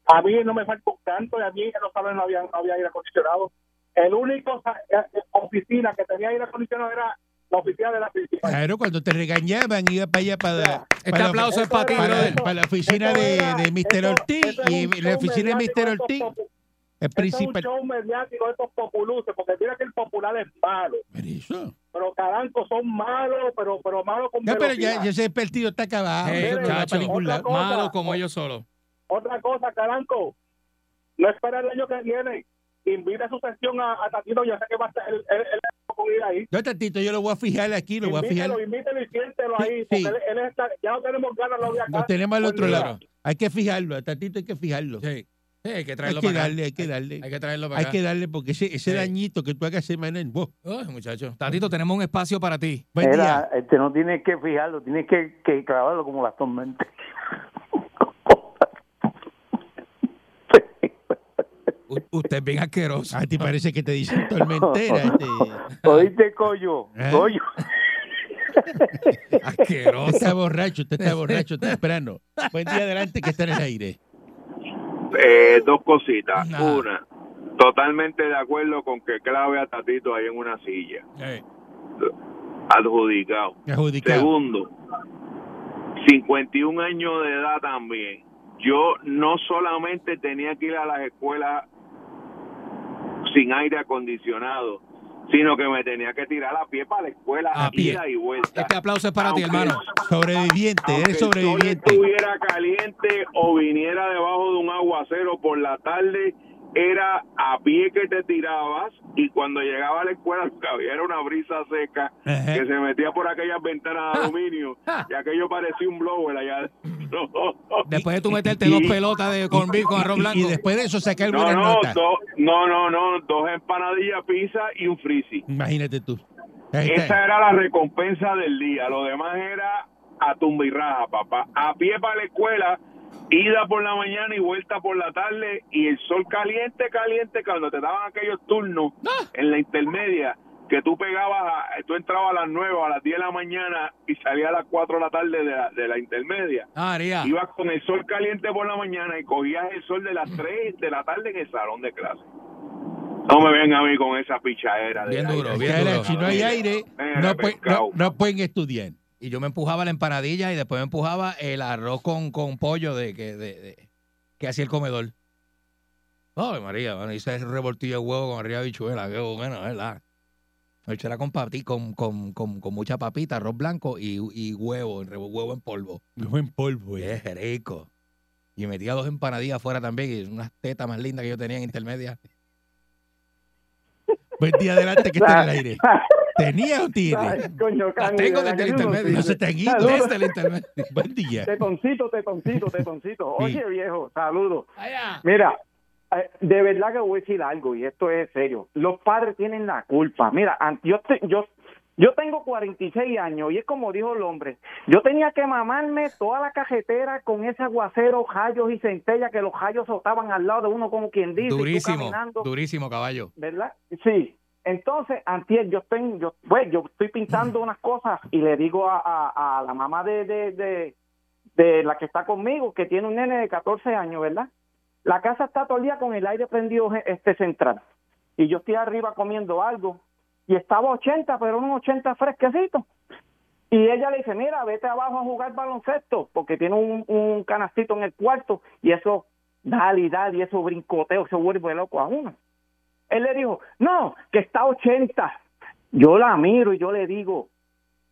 a mí no me falta un canto y a mí en los salones no había, no había aire acondicionado. El único sa- eh, eh, oficina que tenía aire acondicionado era la oficina de la principal.
Claro, cuando te regañaban, iba para allá para,
Ya.
para
Este
la-
aplauso es para ti,
para,
brother.
para la oficina
Eso
de,
era-
de Mr.
eso-
Ortiz
eso es un
y la
show
oficina de
mediático
Mr.
de estos
Ortiz,
popu-
el
Esto es un
principal.
show mediático de estos populuces, porque mira que el popular es malo,
Pero eso.
pero Caranco son malos, pero pero malos con
Ya, pero
velocidad.
ya, ya ese partido está
Ah,
acabado.
Eh,
eso no va
chacho.
para ningún lado.
Otra cosa.
malo como ellos solos.
Otra cosa, Caranco, no espera el año que viene, invita a su sección a, a Tatito, ya sé que va a estar el, el, el- con ir ahí.
No, tantito, yo lo voy a fijar aquí, lo voy a fijar.
Invítelo, invítelo y siéntelo ahí,
Sí, sí.
porque él, él está, ya no tenemos ganas lo de acá.
Lo tenemos al
Buen
otro
día.
lado. Hay que fijarlo, a tantito hay que fijarlo.
Sí. Sí, hay que
Hay
traerlo
que
para acá.
darle, hay que darle.
Hay que traerlo para
Hay
acá.
que darle porque ese, ese
Sí.
dañito que tú hagas semana en vos.
Ay, muchacho. Tatito, tenemos un espacio para ti.
Buen día.
Era, este, no tienes que fijarlo, tienes que, que clavarlo como las tormentas.
U- usted es bien asqueroso.
A ti parece que Ah, te dicen tormentera. este.
¿Oíste, Coyo?
¿Eh?
Coyo.
Usted
Asqueroso.
está borracho, usted está borracho temprano. Buen día adelante que está en el aire.
Eh, dos cositas.
Ajá.
Una, totalmente de acuerdo con que clave a Tatito ahí en una silla.
Eh,
Adjudicado.
Adjudicado.
Segundo, 51 años de edad también. Yo no solamente tenía que ir a las escuelas sin aire acondicionado, sino que me tenía que tirar a pie para la escuela,
A pie.
ida y vuelta.
Este aplauso es para ti,
Aunque-
hermano.
Sobreviviente,
aunque
eres
el sol
sobreviviente.
estuviera caliente o viniera debajo de un aguacero por la tarde, era a pie que te tirabas y cuando llegaba a la escuela lo que había era una brisa seca
Ajá.
que se metía por aquellas ventanas de aluminio y aquello parecía un blower allá. No,
Después de tú meterte dos pelotas de corn beef con arroz
Y
blanco.
después de eso sacar
no,
buenas
no,
notas.
dos- no, no, no, dos empanadillas pizza y un frizzy.
Imagínate tú. Ahí
Este.
está.
Esa era la recompensa del día. Lo demás era a tumba y raja, papá. A pie para la escuela, ida por la mañana y vuelta por la tarde. Y el sol caliente, caliente, cuando te daban aquellos turnos en la intermedia, que tú pegabas, a- tú entrabas a las 9 a las 10 de la mañana y salías a las 4 de la tarde de la, de la intermedia.
Ah, María.
Ibas con el sol caliente por la mañana y cogías el sol de las
Mm.
3 de la tarde en el salón de clase. No me vengan a mí con esa pichadera. de
Bien
aire.
duro, bien
Ya era,
duro.
Si no hay aire,
Mira,
no, pue-
pescado.
no- no pueden estudiar.
Y yo me empujaba la empanadilla y después me empujaba el arroz con, con pollo de que, de, de- que hacía el comedor. Ay, María, bueno, hice el revoltillo de huevo con arriba de bichuela, qué bueno, ¿verdad? Bichuela con, papi, con, con, con, con mucha papita, arroz blanco y, y huevo, re- huevo en polvo.
Hijo en polvo. eh.
Qué rico. Y metía dos empanadillas afuera también, y unas tetas más lindas que yo tenía en intermedia.
Buen día adelante que está en el aire. ¿Tenía o tiene?
Ay, coño,
Las
Cani,
tengo
de
desde el
verdad que tú no
intermedio.
No
sirves.
se te han ido.
Saludos.
Desde el intermedio.
Buen día.
Tetoncito, tetoncito, tetoncito.
Sí.
Oye, viejo, saludos.
Allá.
Mira, eh, de verdad que voy a decir algo y esto es serio. Los padres tienen la culpa. Mira, an- yo te- yo yo tengo 46 años y es como dijo el hombre, yo tenía que mamarme toda la cajetera con ese aguacero, rayos y centella que los rayos soltaban al lado de uno como quien dice, y tú
Durísimo,
caminando.
durísimo, caballo.
¿verdad? Sí. Entonces, antier, yo estoy, yo, pues, yo estoy pintando unas cosas y le digo a, a- a la mamá de, de, de, de la que está conmigo, que tiene un nene de 14 años, ¿verdad? La casa está todo el día con el aire prendido eh, este central. Y yo estoy arriba comiendo algo. Y estaba 80, pero unos 80 fresquecitos. Y ella le dice, mira, vete abajo a jugar baloncesto, porque tiene un, un canastito en el cuarto. Y eso, dale, y dale, y eso brincoteo, se vuelve loco a uno. Él le dijo, no, que está a 80. Yo la miro y yo le digo,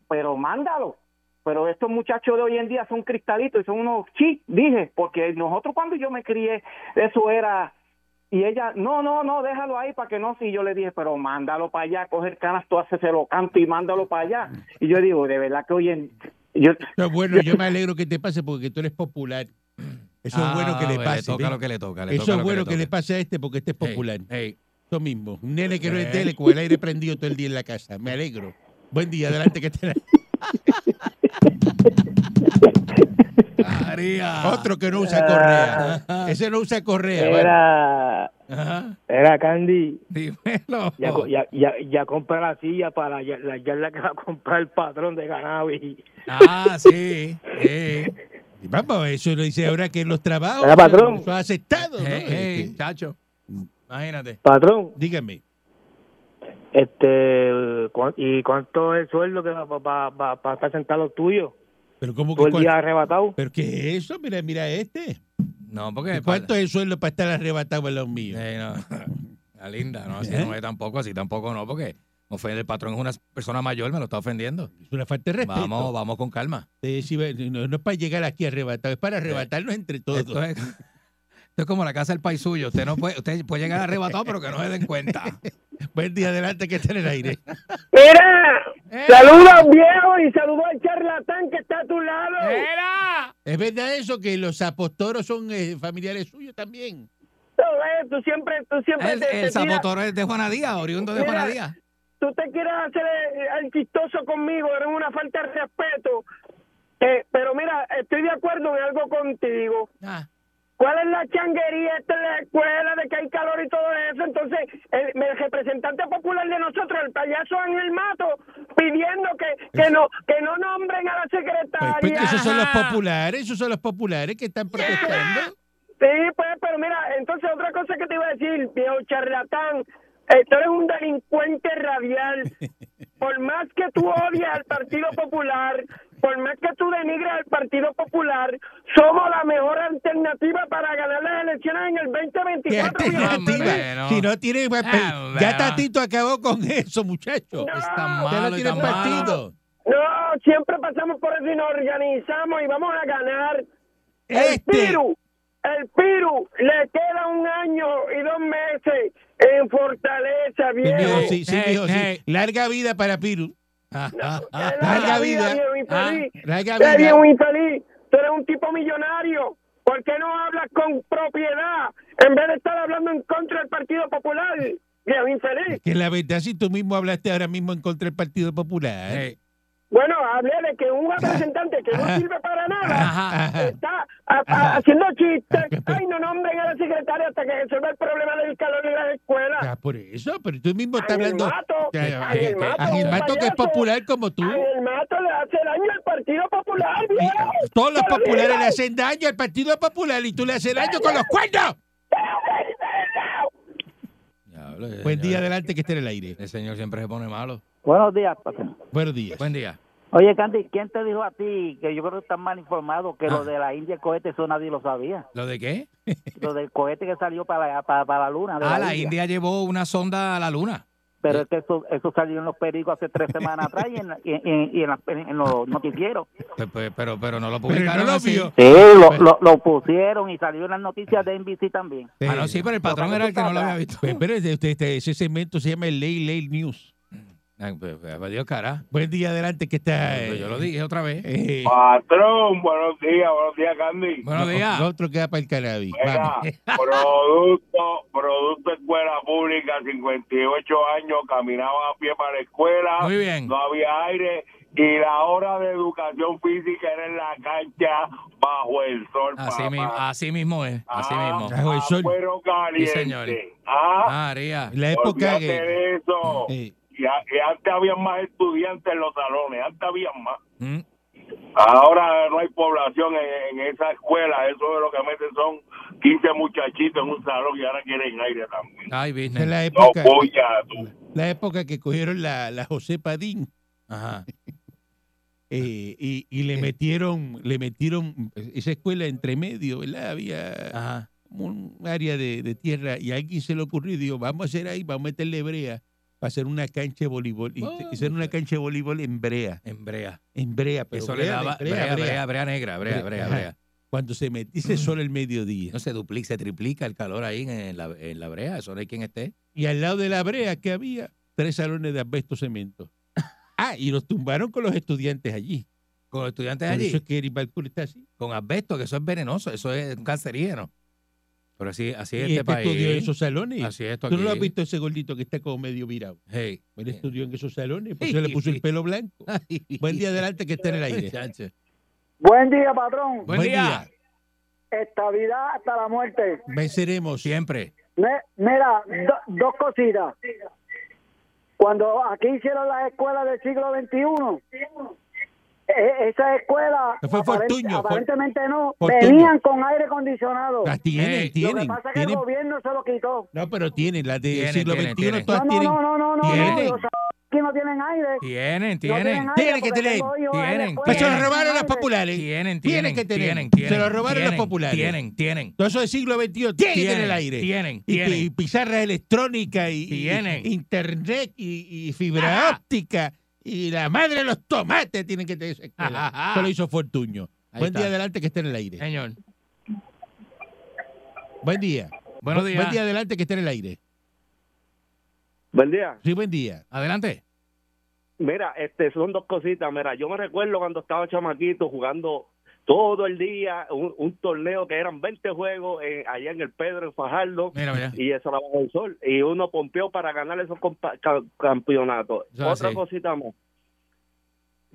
pero mándalo. Pero estos muchachos de hoy en día son cristalitos y son unos chi, dije, porque nosotros cuando yo me crié, eso era. Y ella, no, no, no, déjalo ahí para que no. Si yo le dije, pero mándalo para allá, coge el canasto, hace se lo canto y mándalo para allá. Y yo digo, de verdad que hoy en. Yo,
Eso es bueno, yo me alegro que te pase porque tú eres popular. Eso es bueno que le
Ah,
pase.
Le toca
¿ves?
lo que le toca. le
Eso
toca
es
lo
bueno que le
toca.
pase a este porque este es popular.
Ey,
Eso mismo. Un nene que no es
Ey.
tele con el aire prendido todo el día en la casa. Me alegro. Buen día, adelante que te
ey. María.
Otro que no usa correa. Ese no usa correa. vale.
Era,
Ajá,
era Candy,
Dímelo.
ya, co- ya, ya, ya compra la silla para ya- la yarda que va a comprar el patrón de Cannabis.
Ah, sí. eh, sí.
Y Vamos, eso lo dice ahora que los trabajos.
Era patrón.
Eso ha aceptado, ¿no?
Ey, ey,
Este,
eh, chacho. Imagínate.
Patrón,
dígame.
este, ¿cu- ¿y cuánto es el sueldo que va para estar sentado tuyo?
Pero ¿cómo
Todo
que
el día
cuánto?
arrebatado.
¿Pero qué es eso? Mira, mira este.
No, porque.
¿Cuánto es el sueldo para estar arrebatado en los míos?
Ey, Eh, no. La linda, no, así
¿Eh?
no es tampoco, así tampoco no, porque ofende el patrón es una persona mayor, me lo está ofendiendo.
Es una falta de respeto.
Vamos, vamos con calma.
Eh, sí, va- no, no es para llegar aquí arrebatado, es para arrebatarnos entre todos.
Eh, Esto es, esto es como la casa del país suyo. Usted no puede, usted puede llegar arrebatado, pero que no se den cuenta.
Buen día, Pues adelante, que está en el aire.
¡Mira!
Eh.
¡Saluda viejo y saluda al charlatán que está a tu lado!
¿Es verdad eso que los apostoros son eh, familiares suyos también?
Tú siempre, tú siempre
El, el zapotoro es de Juana Díaz, oriundo de
Mira.
Juana Díaz.
tú te quieres hacer el, el chistoso conmigo, eres una falta de respeto. Eh, pero mira, estoy de acuerdo en algo contigo.
Ah,
¿Cuál es la changuería esta en la escuela de que hay calor y todo eso? Entonces, el, el representante popular de nosotros, el payaso Ángel Mato, pidiendo que, que, no, que no nombren a la
Pues,
secretaria.
pues, esos son los populares, esos son los populares que están protestando.
Sí, pues, pero mira, entonces otra cosa que te iba a decir, viejo charlatán, eh, tú eres un delincuente radial. Por más que tú odies al Partido Popular, por más que tú denigres al Partido Popular, somos la mejor alternativa para ganar las elecciones en el
¿Qué
2024. viejo
hombre, no. Ah,
alternativa? Si no tiene... pues, pues,
Hombre,
ya
no.
Tatito acabó con eso, muchacho.
No.
es
Usted
tan
no
malo y
tiene
tan malo.
partido.
No, siempre pasamos por eso y nos organizamos y vamos a ganar. El
Este,
Piru, el Piru, le queda un año y dos meses en Fortaleza,
sí, mijo,
viejo.
sí, sí,
Hey,
mijo, sí.
hey.
Larga vida para Piru.
Te da
Larga
la
vida.
viejo infeliz.
Ah,
Larga
Te
vida.
viejo infeliz. Tú eres un tipo millonario. ¿Por qué no hablas con propiedad en vez de estar hablando en contra del Partido Popular? Viejo infeliz.
Que la verdad, si tú mismo hablaste ahora mismo en contra del Partido Popular.
Ey,
Bueno, hablé de que un representante que no sirve para nada
Ajá.
está a- a- haciendo
Ah,
chistes. Ay, no nombren a la secretaria hasta que resuelva el problema del calor en las escuelas.
Ah, por eso, pero tú mismo estás
Ángel
hablando.
Mato,
Ya, ya,
Ángel
este,
Mato,
Ángel
un
Mato, que es
payaso.
popular como tú.
A el mato le hace daño al Partido Popular,
Y, ah,
viejo.
todos los
Pero
populares
mira,
le hacen daño al Partido Popular y tú le haces daño con los cuernos.
diablo, ese
Buen día,
señor-
adelante, que esté en el aire.
El señor siempre se pone malo.
Buenos días, patrón.
Buenos días.
Buen día.
Oye, Candy, ¿quién te dijo a ti que yo creo que estás mal informado que
Ah.
lo de la India el cohete, eso nadie lo sabía?
¿Lo de qué?
Lo del cohete que salió para la, para, para la luna. de
Ah, la India llevó una sonda a la luna.
Pero es que eso, eso salió en los pericos hace tres semanas atrás y en, la- y, y- y en, la- en los noticieros.
Pe- pe- Pero, pero no lo
Pero no
publicaron
lo
así.
vio.
Sí, lo, lo, lo pusieron y salió en las noticias de NBC también.
Ah, no, sí, pero el patrón era el que no lo había visto.
Pues, pero este- este- ese segmento se llama el Ley Ley News.
Ay, pues, pues, Adiós, cara.
Buen día, adelante, que está.
Pues Yo lo dije otra vez.
eh,
Patrón, buenos días, buenos días, Candy.
Buenos
no,
días.
lo otro queda para el cannabis.
Mira,
Vamos.
producto, producto escuela pública, 58 años, caminaba a pie para la escuela,
Muy bien.
no había aire y la hora de educación física era en la cancha bajo el sol.
Así
papá.
mismo, así mismo es. Así
Ah,
mismo.
Bajo el sol.
aguero
Sí,
caliente.
señor.
Ah,
María.
La época
olvídate
que.
de eso.
eh,
Y, a- y antes había más estudiantes en los salones, antes había más.
Mm.
Ahora no hay población en, en esa escuela, eso de lo que meten son 15 muchachitos en un salón y ahora quieren aire también.
Ay,
de
business.
la
No,
época.
polla, tú.
La época que cogieron la, la José Padín.
Ajá.
eh, y, y le metieron, le metieron esa escuela entre medio, ¿verdad? Había
Ajá.
como un área de, de tierra y a alguien se le ocurrió y dijo, vamos a hacer ahí, vamos a meterle brea para hacer una cancha de voleibol. Y
Ah,
hicieron una cancha de voleibol en brea,
En brea.
en brea, pero
Eso le
brea de-
daba
brea,
brea,
brea.
brea, brea negra, brea,
Brea,
brea,
ajá.
brea.
Cuando se metió, hice solo el mediodía.
No se duplica, se triplica el calor ahí en la, en la brea. Eso no hay quien esté.
Y al lado de la brea que había, tres salones de asbesto cemento. Ah, y los tumbaron con los estudiantes allí.
con los estudiantes
Por eso
allí,
es que Eric Balcour está así.
con asbesto, que eso es venenoso, eso es un cancerígeno. Pero así, así
y
es este,
este
país.
estudió en esos salones.
Así es esto
Tú no lo has
aquí.
visto ese gordito que está como medio virado.
Hey.
Él estudió en esos salones, por eso le puso el pelo blanco. Buen día adelante que está en el aire.
Chacho.
Buen día, patrón.
Buen, día.
Estabilidad hasta la muerte.
Venceremos.
Siempre.
Me- Mira, do- dos cositas. Cuando aquí hicieron las escuelas del siglo XXI, e- esas escuelas
Fue Fortuño, fue-
aparentemente no,
Fortuño. Ah,
venían con aire acondicionado.
Las tienen,
Ey, Eh, lo que
Lo que
tienen,
pasa es que
tienen.
el gobierno se lo quitó.
No, pero tienen, las del
Tienen,
siglo
tienen,
XXI
tienen.
todas
no,
tienen.
no, no, no, no,
tienen.
no, los aquí no tienen aire.
Tienen,
No
tienen.
aire
tienen que
porque
tener,
tengo hijos en la
tienen.
escuela.
Pues se lo
Tienen.
robaron las
Aire.
populares.
Tienen, tienen,
Tienen que tener.
tienen,
Se
tienen,
lo robaron
tienen,
las populares.
Tienen, tienen.
Todo eso del siglo XXI tiene que tener
Tienen,
aire.
tienen,
y, pi-
tienen.
y pizarras electrónicas y, y-
Tienen.
internet y, y fibra
Ajá.
óptica y la madre de los tomates tienen que tener esa escuela.
Ajá.
Eso lo hizo Fortuño.
Ahí
Buen
está.
día adelante que esté en el aire.
Señor.
Buen día.
Buenos
Bu-
días.
Buen día adelante que esté en el aire.
Buen día.
Sí, buen día.
Adelante.
Mira, este, son dos cositas. Mira, yo me recuerdo cuando estaba chamaquito jugando todo el día un, un torneo que eran
este
20 juegos eh, en- allá en el Pedro, en Fajardo,
Mira, mira.
y eso era bajo el sol. Y uno pompeó para ganar esos compa- ca- campeonatos.
Eso es
Otra
así.
cosita más.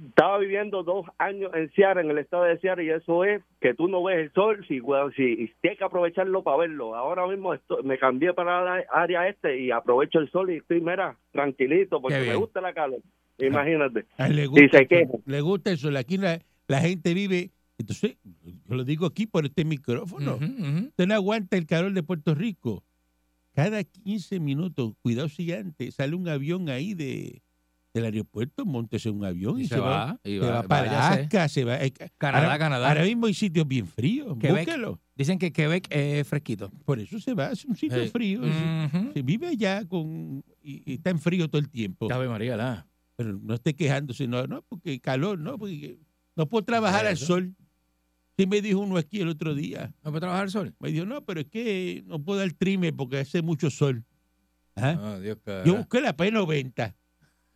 Estaba viviendo dos años en Seattle, en el estado de Seattle, y eso es que tú no ves el sol, si, bueno, si y tienes que aprovecharlo para verlo. Ahora mismo esto- me cambié para la área este y aprovecho el sol y estoy, mira, tranquilito, porque
Qué bien.
me gusta la calor. Imagínate.
A él le gusta,
se
el sol,
queja.
le gusta eso. Aquí la, la gente vive. Entonces, yo lo digo aquí por este micrófono.
Ujú, ujú.
Usted no aguanta el calor de Puerto Rico. Cada 15 minutos, cuidado si antes, sale un avión ahí de, del aeropuerto, montese en un avión y, se, va.
y
Se
va,
va para
váyase.
Alaska, se va. eh,
Canadá,
ahora,
Canadá.
Ahora mismo hay sitios bien fríos,
Quebec.
búsquelo.
Dicen que Quebec es fresquito.
Por eso se va, es un sitio
Sí. Mm.
frío. se-
Ujú.
Se vive allá con, y, y está en frío todo el tiempo.
Ave María, la.
Pero no esté quejándose, no, no, porque calor, no, porque no puedo trabajar al
Eso.
sol. Sí me dijo uno aquí el otro día.
¿No puede trabajar el sol?
Me dijo, no, pero es que no puedo dar trime porque hace mucho sol. Ajá.
Ah, Dios,
Eh,
cara.
Yo busqué la P90.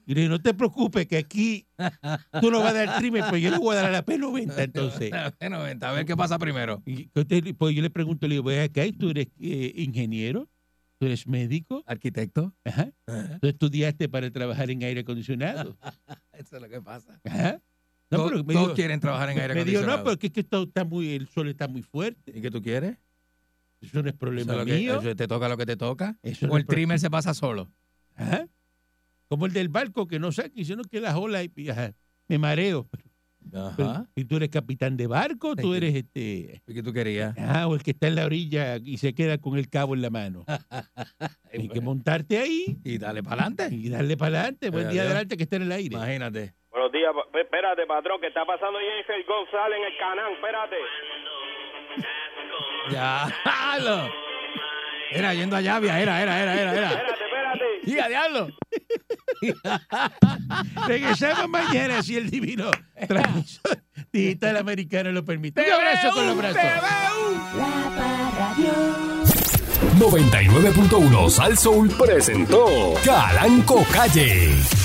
Y le dije, no te preocupes que aquí tú no vas a dar trime, pero yo le voy a dar a la P90 entonces.
Bueno, vente, a ver qué pasa primero.
Y que usted- pues yo le pregunto, le digo, "Ven acá, ¿y tú eres eh, ingeniero? ¿Tú eres médico?
Arquitecto.
Ajá.
Ajá.
¿Tú estudiaste para trabajar en aire acondicionado?
Eso es lo que pasa.
Ajá.
todos,
pero me
todos
dijo-
quieren trabajar en aire
me dijo,
acondicionado.
no, porque es que esto está muy, el sol está muy fuerte.
¿Y qué tú quieres?
Eso no es problema
Eso es lo que-
mío.
eso te toca lo que te toca.
Eso no
o el
es pro-
trimmer se pasa solo.
Ajá. Como el del barco que no saca, y sino que las olas, y- ajá, me mareo.
Ajá.
Pues, Y tú eres capitán de barco, tú
Sí.
eres este.
¿Y qué tú querías?
Ah, o el que está en la orilla y se queda con el cabo en la mano. Hay que montarte ahí
Y dale para adelante.
y darle para adelante. Buen
Adiós.
día adelante que está en el aire.
Imagínate.
Buenos días, pa- espérate, patrón, que está pasando Jennifer González en el canal, espérate.
Ya. ¡Diablo! Era yendo a llavia, era, era, era, era, era.
Espérate, espérate.
¡Diga, diablo!
Regresamos mañana si el divino transmisor digital americano lo permite. Un abrazo con los brazos.
La Parradio.
99.1 Sal Soul presentó Calanco Calle.